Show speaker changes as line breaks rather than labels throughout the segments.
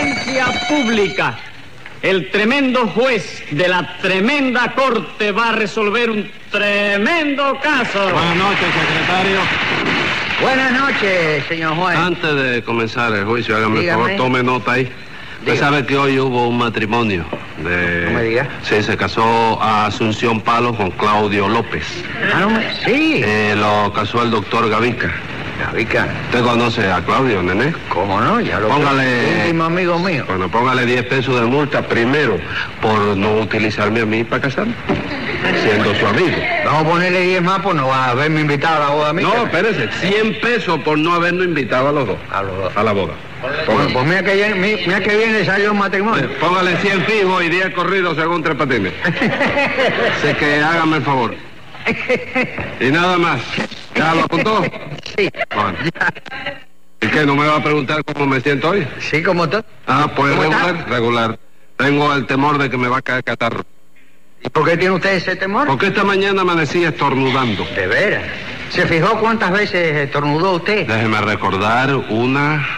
Audiencia pública. El tremendo juez de la tremenda corte va a resolver un tremendo caso.
Buenas noches, secretario.
Buenas noches, señor juez.
Antes de comenzar el juicio, hágame el
Dígame.
favor, tome nota ahí. Usted
Dígame.
sabe que hoy hubo un matrimonio de...
No me diga.
Sí, se casó a Asunción Palo con Claudio López.
Ah, no me- Sí.
Eh, lo casó el doctor Gavica.
Gavica,
¿Usted conoce a Claudio, nené?
¿cómo no? Ya lo
Póngale-
Último amigo mío.
Bueno, póngale 10 pesos de multa primero por no utilizarme a mí para casarme, siendo su amigo.
Vamos a ponerle 10 más, pues no va a haberme invitado a la boda mía.
No, espérese, 100 pesos por no habernos invitado a los dos,
A los dos.
a la boda.
Pues, pues mira, que viene, mi- mira que viene salió un matrimonio.
Póngale 100 fijos y 10 corridos según tres patines. Así que hágame el favor. Y nada más. ¿Ya lo apuntó?
Sí.
Bueno. ¿Y qué? ¿No me va a preguntar cómo me siento hoy?
Sí, como todo.
Ah, pues
¿Cómo está?
regular, regular. Tengo el temor de que me va a caer catarro.
¿Y por qué tiene usted ese temor?
Porque esta mañana amanecí estornudando.
De veras. ¿Se fijó cuántas veces estornudó usted?
Déjeme recordar, una,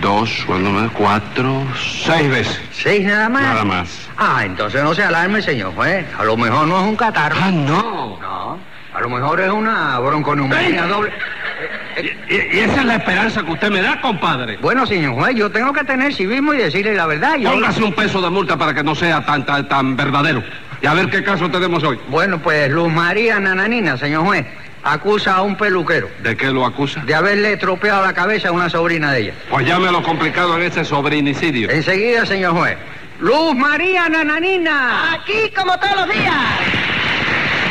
dos, cuando me- cuatro, seis veces.
¿Seis nada más?
Nada más.
Ah, entonces no se alarme, señor juez. A lo mejor no es un catarro.
Ah, no.
No, a lo mejor es una bronconeumonía doble.
Y, y- y esa es la esperanza que usted me da, compadre.
Bueno, señor juez, yo tengo que tener civismo y decirle la verdad. Yo...
Póngase un peso de multa para que no sea tan, tan, tan verdadero. Y a ver qué caso tenemos hoy.
Bueno, pues Luz María Nananina, señor juez, acusa a un peluquero
¿De qué lo acusa?
de haberle estropeado la cabeza a una sobrina de ella.
Pues ya me lo complicado en ese sobrinicidio.
Enseguida, señor juez. Luz María Nananina.
Aquí como todos los días.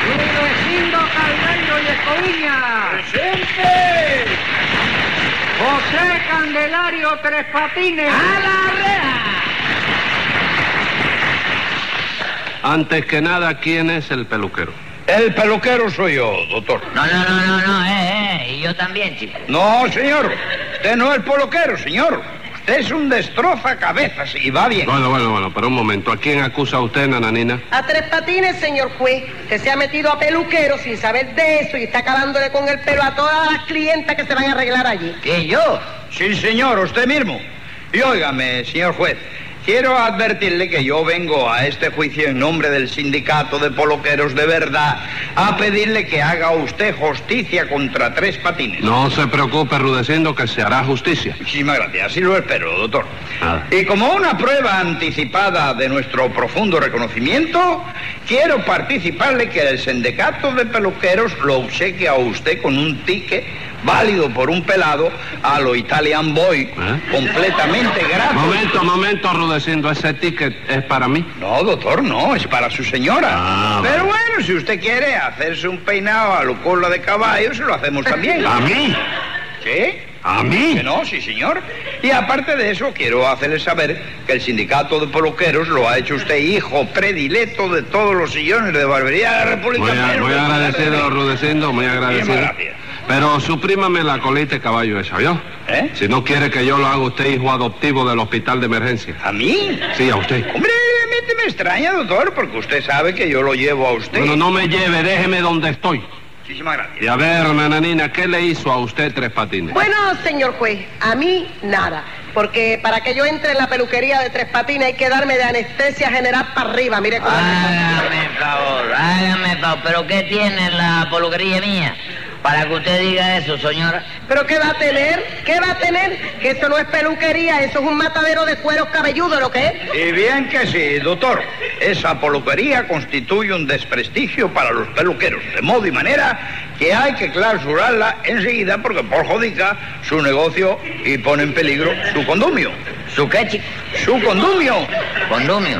Rudecindo Caldeiro y Escoviña. José Candelario Tres Patines.
A la rea.
Antes que nada, ¿quién es el peluquero?
El peluquero soy yo, doctor.
No, no, no, no, no, eh, eh, y yo también, chico.
No, señor. Usted no es el peluquero, señor. Usted es un destroza cabezas y va bien.
Bueno, bueno, bueno, pero un momento. ¿A quién acusa usted, nananina?
A tres patines, señor juez, que se ha metido a peluquero sin saber de eso y está acabándole con el pelo a todas las clientas que se van a arreglar allí.
¿Quién, yo?
Sí, señor, usted mismo. Y óigame, señor juez, quiero advertirle que yo vengo a este juicio en nombre del sindicato de peluqueros de verdad a pedirle que haga usted justicia contra tres patines.
No se preocupe, Rudecindo, que se hará justicia.
Muchísimas gracias, así lo espero, doctor.
Nada.
Y como una prueba anticipada de nuestro profundo reconocimiento, quiero participarle que el sindicato de peluqueros lo obsequia a usted con un ticket válido por un pelado a lo Italian Boy,
¿Eh?
completamente gratis.
Momento, momento, Rudecindo. Ese ticket es para mí.
No, doctor, no, es para su señora.
Ah,
Pero bueno, si usted quiere hacerse un peinado a lo cola de caballo, se lo hacemos también.
¿A mí?
¿Sí?
¿A mí?
Que no, sí, señor. Y aparte de eso, quiero hacerle saber que el sindicato de peluqueros lo ha hecho usted hijo predilecto de todos los sillones de barbería de la República.
Muy, a-
Pero-
muy agradecido, Rudecindo, muy agradecido.
Muchísimas gracias.
Pero suprímame la colita de caballo esa, ¿vio?
¿Eh?
Si no quiere que yo lo haga usted hijo adoptivo del hospital de emergencia.
¿A mí?
Sí, a usted.
Hombre, realmente me extraña, doctor, porque usted sabe que yo lo llevo a usted.
Bueno, no me lleve, déjeme donde estoy.
Muchísimas gracias.
Y a ver, nananina, ¿qué le hizo a usted Tres Patines?
Bueno, señor juez, a mí nada, porque para que yo entre en la peluquería de tres patines hay que darme de anestesia general para arriba, mire cómo...
Hágame el favor, hágame el favor. ¿Pero qué tiene la peluquería mía? Para que usted diga eso, señora.
¿Pero qué va a tener? ¿Qué va a tener? Que eso no es peluquería, eso es un matadero de cueros cabelludos, ¿lo que es?
Y bien que sí, doctor. Esa peluquería constituye un desprestigio para los peluqueros, de modo y manera que hay que clausurarla enseguida porque perjudica su negocio y pone en peligro su condumio.
¿Su qué, chico?
¡Su condumio!
Condumio.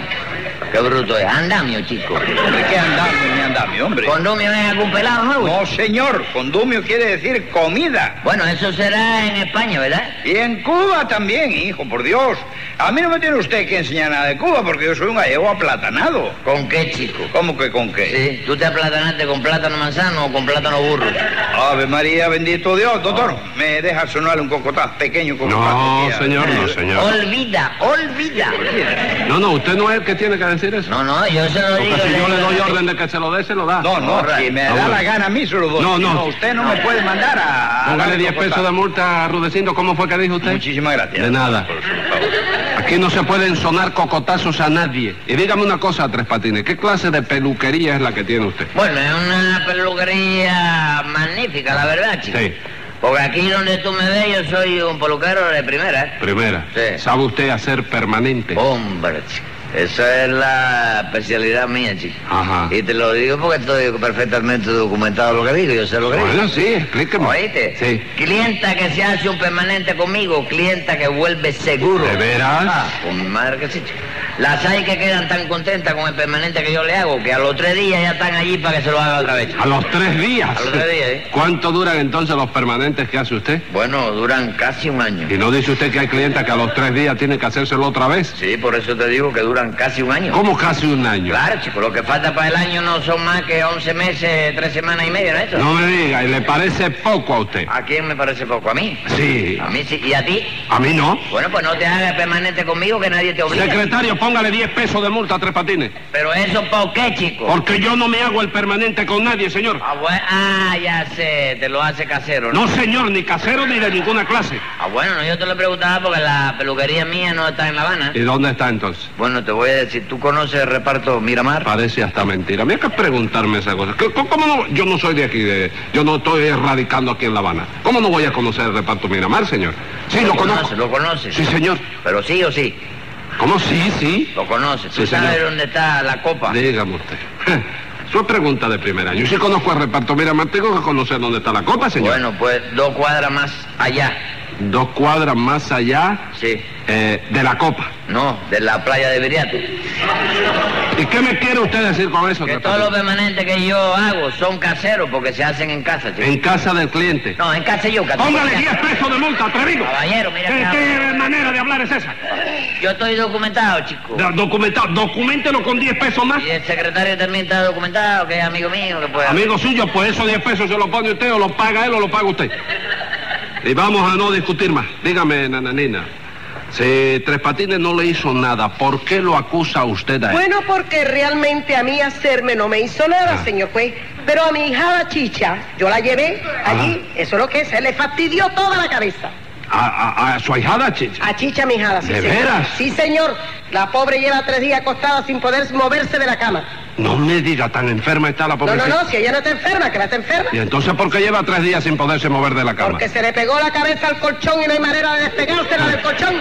Qué bruto es. Andamio, chico.
¿De qué andamio ni andamio, hombre?
Condumio es algún pelado nuevo.
No, señor, condumio quiere decir comida.
Bueno, eso será en España, ¿verdad?
Y en Cuba también, hijo, por Dios. A mí no me tiene usted que enseñar nada de Cuba porque yo soy un gallego aplatanado.
¿Con qué, chico?
¿Cómo que con qué?
Sí, ¿tú te aplatanaste con plátano manzano o con plátano burro?
Ave María, bendito Dios, doctor. Me deja sonar un cocotazo, pequeño cocotazo.
No,
que-
señor, no, señor.
Olvida, olvida.
No, no, usted no es el que tiene que decir eso.
No, no, yo se lo
Porque
digo.
si
le
yo le
digo-
doy orden de que se lo dé, se lo da.
No, no,
Ahora,
si me
no,
da la
bueno.
gana a mí se lo doy.
No,
Si
no.
Usted no, me puede mandar a... a
Póngale
darle
10 pesos
cocotazo.
de multa a Rudecindo. ¿Cómo fue que dijo usted?
Muchísimas gracias.
De nada.
Por su favor.
¿A Aquí no se pueden sonar cocotazos a nadie. Y dígame una cosa, Tres Patines, ¿qué clase de peluquería es la que tiene usted?
Bueno, es una peluquería magnífica, la verdad, chico.
Sí.
Porque aquí donde tú me ves, yo soy un peluquero de primera. ¿eh?
Primera,
Sí. Oh,
¿sabe usted hacer permanente?
Hombre, chico. Esa es la especialidad mía, chico.
Ajá.
Y te lo digo porque estoy perfectamente documentado lo que digo, yo sé lo que digo.
Bueno, sí, explíqueme.
¿Oíste?
Sí.
Clienta que se hace un permanente conmigo, clienta que vuelve seguro.
¿De veras?
Ah, con mi madre que sí. chico. Las hay que quedan tan contentas con el permanente que yo le hago que a los tres días ya están allí para que se lo haga otra vez. chico.
A los tres días.
A los tres días, ¿eh?
¿Cuánto duran entonces los permanentes que hace usted?
Bueno, duran casi un año.
Y no dice usted que hay clientes que a los tres días tienen que hacérselo otra vez.
Sí, por eso te digo que duran casi un año.
¿Cómo casi un año?
Claro, chico, lo que falta para el año no son más que 11 meses, 3 semanas y media, ¿no es eso?
No me diga, ¿y le parece poco a usted?
¿A quién me parece poco? ¿A mí?
Sí.
A mí sí. ¿Y a ti?
A mí no.
Bueno, pues no te hagas permanente conmigo que nadie te obliga.
Secretario, póngale 10 pesos de multa a Tres Patines.
Pero eso, ¿por qué, chico?
Porque yo no me hago el permanente con nadie, señor.
Ah, bue- ah, ya sé, te lo hace casero, ¿no?
No, señor, ni casero ni de ninguna clase.
Ah, bueno, no, yo te lo preguntaba porque la peluquería mía no está en La Habana.
¿Y dónde está entonces?
Bueno, te voy a decir, ¿tú conoces el reparto Miramar?
Parece hasta mentira. Mira que preguntarme esa cosa. ¿Qué- ¿Cómo no? Yo no soy de aquí, de- yo no estoy radicando aquí en La Habana. ¿Cómo no voy a conocer el reparto Miramar, señor? Sí, lo conozco.
conoces, lo conoces.
Sí, señor.
Pero sí o sí,
¿Cómo? Sí, sí.
lo conoces. ¿Tú
Sí, señor.
sabes dónde está la copa?
Dígame usted. Su pregunta de primer año. Si conozco el reparto Miramar, tengo que conocer dónde está la copa, señor.
Bueno, pues dos cuadras más allá.
Dos cuadras más allá
Sí.
eh, de la copa.
No, de la playa de Viriato.
¿Y qué me quiere usted decir con eso?
Que
Tres
todos los
Patines?
permanentes que yo hago son caseros porque se hacen en casa, chico.
En casa del cliente.
No, en casa yo, caseros.
Póngale 10 pesos de multa, atrevido.
Caballero, mira
¿Qué,
que
qué
hablo.
manera de hablar es esa?
Yo estoy documentado, chico.
Da- Documentado, documentelo con 10 pesos más.
Y el secretario también está documentado, que es amigo mío, que puede...
Amigo suyo, pues esos 10 pesos se los pone usted o los paga él o los paga usted. Y vamos a no discutir más. Dígame, nananina. Si Tres Patines no le hizo nada, ¿por qué lo acusa usted a él?
Bueno, porque realmente a mí hacerme no me hizo nada,
Ah.
señor juez. Pero a mi hijada Chicha, yo la llevé allí, eso es lo que se le fastidió toda la cabeza.
A, a- a su ahijada, chicha.
A Chicha, mi hijada, sí,
¿De
señor.
veras?
Sí, señor. La pobre lleva tres días acostada sin poder moverse de la cama.
No me diga, tan enferma está la
No,
pobrecita.
no, no, si ella no está enferma, que la está enferma.
¿Y entonces por qué lleva tres días sin poderse mover de la cama?
Porque se le pegó la cabeza al colchón y no hay manera de despegársela del colchón.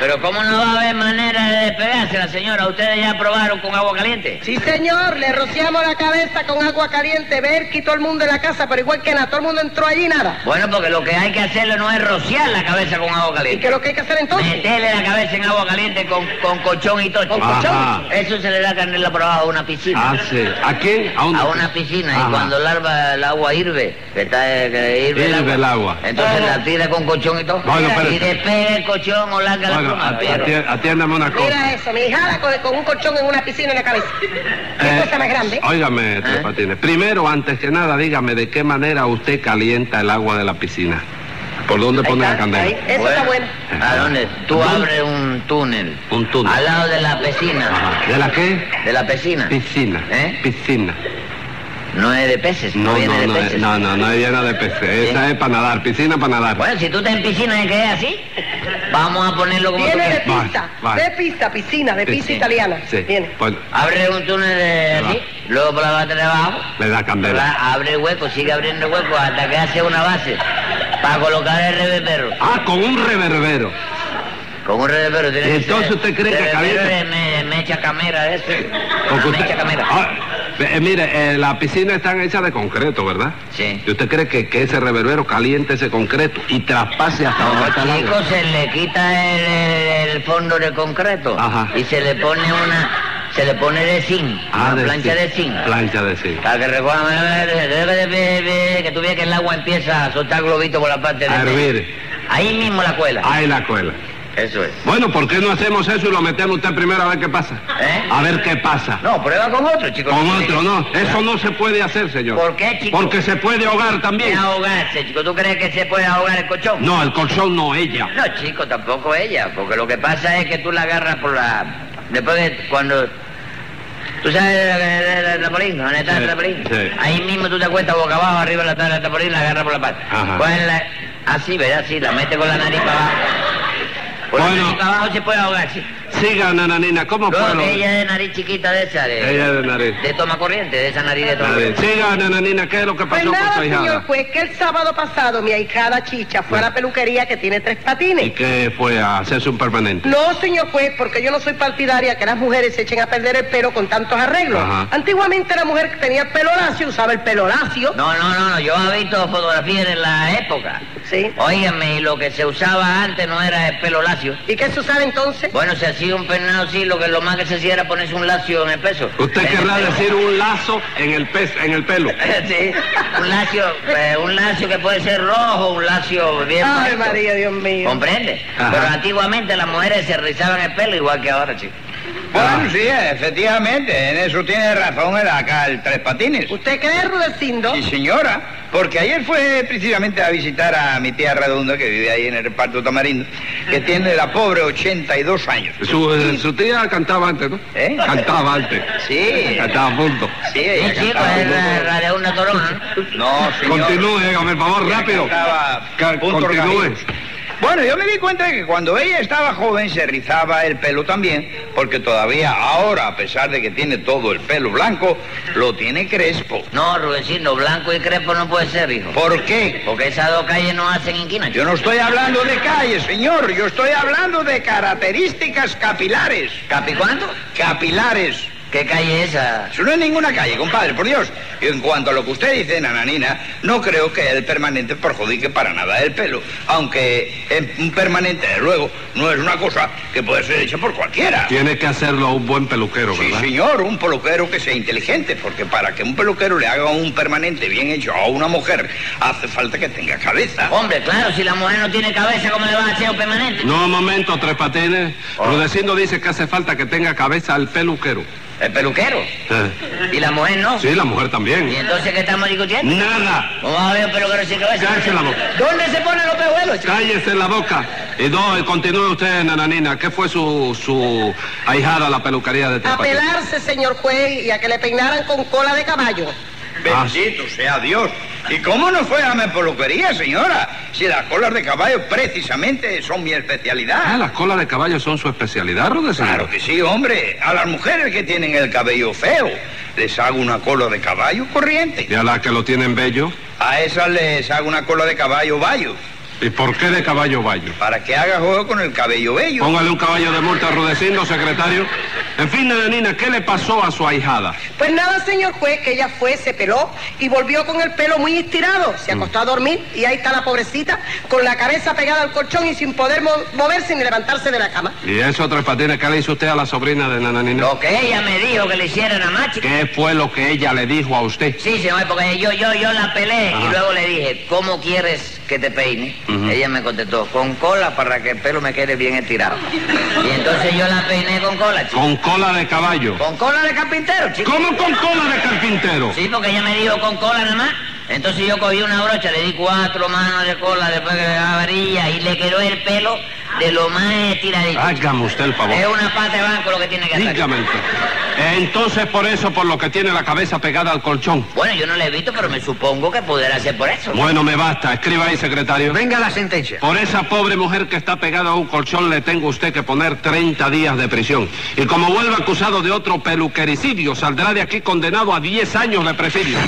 Pero ¿cómo no va a haber manera de despegarse la señora? ¿Ustedes ya probaron con agua caliente?
Sí, señor, le rociamos la cabeza con agua caliente, ver quitó todo el mundo de la casa, pero igual que nada, todo el mundo entró allí y nada.
Bueno, porque lo que hay que hacerle no es rociar la cabeza con
¿Y
agua
qué
caliente.
es lo que hay que hacer entonces?
Meterle la cabeza en agua caliente con, con colchón y todo.
Con
chico.
colchón.
Ajá.
Eso se le da canela por abajo a una piscina.
Ah, sí. ¿A quién? A una,
a una piscina
Ajá.
y cuando el agua, el agua hirve, que está eh, que hirve,
Hirve el agua.
entonces la tira con colchón y todo.
Bueno, pero-
y despega el colchón o larga la
Bueno,
pluma,
a-
Piero.
ati- atiéndame una cosa.
Mira eh, eso, mi hijada con, con un colchón en una piscina en la cabeza. Qué
Eh,
cosa más grande.
Óigame, Tres
¿Eh?
Patines. Primero, antes que nada, dígame de qué manera usted calienta el agua de la piscina. ¿Por dónde
Ahí
pone la
está,
candela?
ahí.
Eso está bueno.
¿A dónde? Tú abres un túnel.
Un túnel.
Al lado de la piscina.
Ajá. ¿De la qué?
De la piscina.
Piscina.
¿Eh?
Piscina.
No es de peces, no,
No,
viene
no,
de
no,
peces. ¿Eh?
es- no, no, no es llena de peces. Esa es para nadar, piscina para nadar.
Bueno, si tú estás en piscina es que es así. Vamos a ponerlo como tú
Viene de
quieras.
Vale,
pista,
vale.
de pista, piscina, de pista
Sí.
italiana.
Sí. Pues,
Viene.
Bueno,
Abre un túnel de
va.
así, luego por la parte de abajo.
le da candela.
la- abre hueco, sigue abriendo hueco hasta que hace una base para colocar el reverbero.
Ah, con un reverbero.
Con un reverbero tiene
¿Y
que
entonces
ser-
usted cree que
reverbero
calienta?
es me, mecha camera de eso.
Porque
mecha
usted-
camera.
Ah, eh, mire, eh, la piscina está hecha de concreto, ¿verdad?
Sí.
¿Y usted cree que, que ese reverbero caliente ese concreto y traspase hasta donde está el
No,
agua?
chicos, se le quita el, el- el fondo de concreto
Ajá.
y se le pone una, se le pone de zinc, una
Ah, de
plancha
zinc.
de zinc.
Plancha de zinc.
Para que recoja, que tú veas que el agua empieza a soltar globito por la parte de
A hervir. Ah.
Ahí mismo la cuela.
Ahí la cuela.
Eso es.
Bueno, ¿por qué no hacemos eso y lo metemos usted primero a ver qué pasa?
¿Eh?
A ver qué pasa.
No, prueba con otro, chicos.
Con otro, no. Eso no se puede hacer, señor.
¿Por qué, chico?
Porque se puede ahogar
Puede
también.
ahogarse, chico. ¿Tú crees que se puede ahogar el colchón?
No, el colchón no, ella.
No, chico, tampoco ella, porque lo que pasa es que tú la agarras por la... Después de cuando... ¿Tú sabes la, la, la- la trampolín? ¿Dónde está
Sí,
la trampolín?
sí.
Ahí mismo tú te acuestas boca abajo, arriba de la tabla de la trampolín, la agarras por la parte.
Ajá.
Coges la- Así, ¿verdad? Así, la metes con la nariz para abajo. Por la
Bueno.
nariz para abajo se puede ahogar, sí.
Siga, nananina, ¿cómo
No,
puedo?
que ella es de nariz chiquita de esa, de,
Ella es de nariz.
de toma corriente, de esa nariz de toma
A ver,
corriente.
Siga, nananina, ¿qué es lo que
Pues
pasó
nada,
con su
señor
hijada?
juez, que el sábado pasado mi ahijada Chicha fue a la peluquería que tiene tres patines.
¿Y qué fue a hacerse un permanente?
No, señor juez, porque yo no soy partidaria que las mujeres se echen a perder el pelo con tantos arreglos.
Ajá.
Antiguamente la mujer que tenía el pelo lacio usaba el pelo lacio.
No, no, no, no, yo he visto fotografías en la época.
Sí.
Óigame, y lo que se usaba antes no era el pelo lacio.
¿Y qué se usaba entonces?
Bueno, se hacía un peinado, sí, lo que lo más que se hacía era ponerse un lacio en el peso.
Usted querrá decir un lazo en el, pez, en el pelo.
sí, un lacio, eh, un lacio que puede ser rojo, un lacio bien
Ay,
puesto.
María, Dios mío.
¿Comprende?
Ajá.
Pero antiguamente las mujeres se rizaban el pelo igual que ahora, chico.
Bueno, sí, efectivamente, en eso tiene razón el acá el Tres Patines.
¿Usted cree, Rudecindo?
Sí, señora, porque ayer fue precisamente a visitar a mi tía Redonda, que vive ahí en el reparto Tamarindo, que tiene la pobre 82 años.
Su, eh, su tía cantaba antes, ¿no?
¿Eh?
Cantaba antes.
Sí.
Cantaba a punto.
Sí,
Sí,
ella
chico,
cantaba
es
un
la,
poco.
la de una corona. ¿no?
No, señor.
Continúe, dígame, por favor,
Ella
rápido.
cantaba
Ca-
punto
Continúe.
organizado. Bueno, yo me di cuenta de que cuando ella estaba joven se rizaba el pelo también, porque todavía ahora, a pesar de que tiene todo el pelo blanco, lo tiene crespo.
No, Rudecindo, blanco y crespo no puede ser, hijo.
¿Por qué?
Porque esas dos calles no hacen esquina,
Yo
chico.
no estoy hablando de calle, señor, yo estoy hablando de características capilares.
¿Capi cuánto?
Capilares.
¿Qué calle es esa?
Eso no es ninguna calle, compadre, por Dios. Y en cuanto a lo que usted dice, Nananina, no creo que el permanente perjudique para nada el pelo. Aunque eh, un permanente, desde luego, no es una cosa que puede ser hecha por cualquiera.
Tiene que hacerlo a un buen peluquero,
Sí,
¿verdad?
señor, un peluquero que sea inteligente, porque para que un peluquero le haga un permanente bien hecho a una mujer, hace falta que tenga cabeza.
Ah.
Hombre, claro, si la mujer no tiene cabeza, ¿cómo le va a hacer un permanente?
No, un momento, Tres Patines.
Oh.
Rudecindo dice que hace falta que tenga cabeza al peluquero.
El peluquero.
Eh,
Y la mujer no.
Sí, la mujer
¿Y
también.
entonces qué estamos discutiendo?
Nada.
Vamos a ver un peluquero sin cabeza.
Cállese la boca.
¿Dónde se ponen los pejuelos, chico?
Cállese la boca. Y no, y continúe usted, nananina. ¿Qué fue su, su ahijada a la peluquería de Tres
A
Patines?
pelarse, señor juez, y a que le peinaran con cola de caballo.
Bendito sea Dios. ¿Y cómo no fue a mi peluquería, señora? Si las colas de caballo precisamente son mi especialidad.
Ah, las colas de caballo son su especialidad, Rudecindo.
Claro que sí, hombre. A las mujeres que tienen el cabello feo, les hago una cola de caballo
Y
corriente.
a las que lo tienen bello.
A esas les hago una cola de caballo bayo,
¿Y por qué de caballo bayo?
para que haga juego con el cabello bello.
Póngale un caballo de multa a Rudecindo, secretario. En fin, nananina, ¿qué le pasó a su ahijada?
Pues nada, señor juez, que ella fue, se peló y volvió con el pelo muy estirado. Se acostó a dormir y ahí está la pobrecita con la cabeza pegada al colchón y sin poder mo- moverse ni levantarse de la cama.
Y eso, Tres Patines, ¿qué le hizo usted a la sobrina de nananina?
Lo que ella me dijo que le hiciera nada más, chico.
¿Qué fue lo que ella le dijo a usted?
Sí, señor, porque yo, yo, yo la peleé
Ajá.
y luego le dije, ¿cómo quieres que te peine?
Ujú.
Ella me contestó, con cola para que el pelo me quede bien estirado. y entonces yo la peiné con cola, chico.
Con cola de caballo.
Con cola de carpintero, chico.
¿Cómo con cola de carpintero?
Sí, porque ella me dijo con cola nada más. Entonces yo cogí una brocha, le di cuatro manos de cola, después que le daba varilla y le quedó el pelo de lo más estiradito.
Hágame usted el
es
favor.
una pata de banco lo que tiene que hacer.
Ah, Dígame entonces. Entonces, por eso, por lo que tiene la cabeza pegada al colchón.
Bueno, yo no le he visto, pero me supongo que pudiera ser por eso.
Bueno, me basta. Escriba ahí, secretario.
Venga la sentencia.
Por esa pobre mujer que está pegada a un colchón le tengo usted que poner 30 días de prisión. Y como vuelva acusado de otro peluquericidio, saldrá de aquí condenado a 10 años de presidio.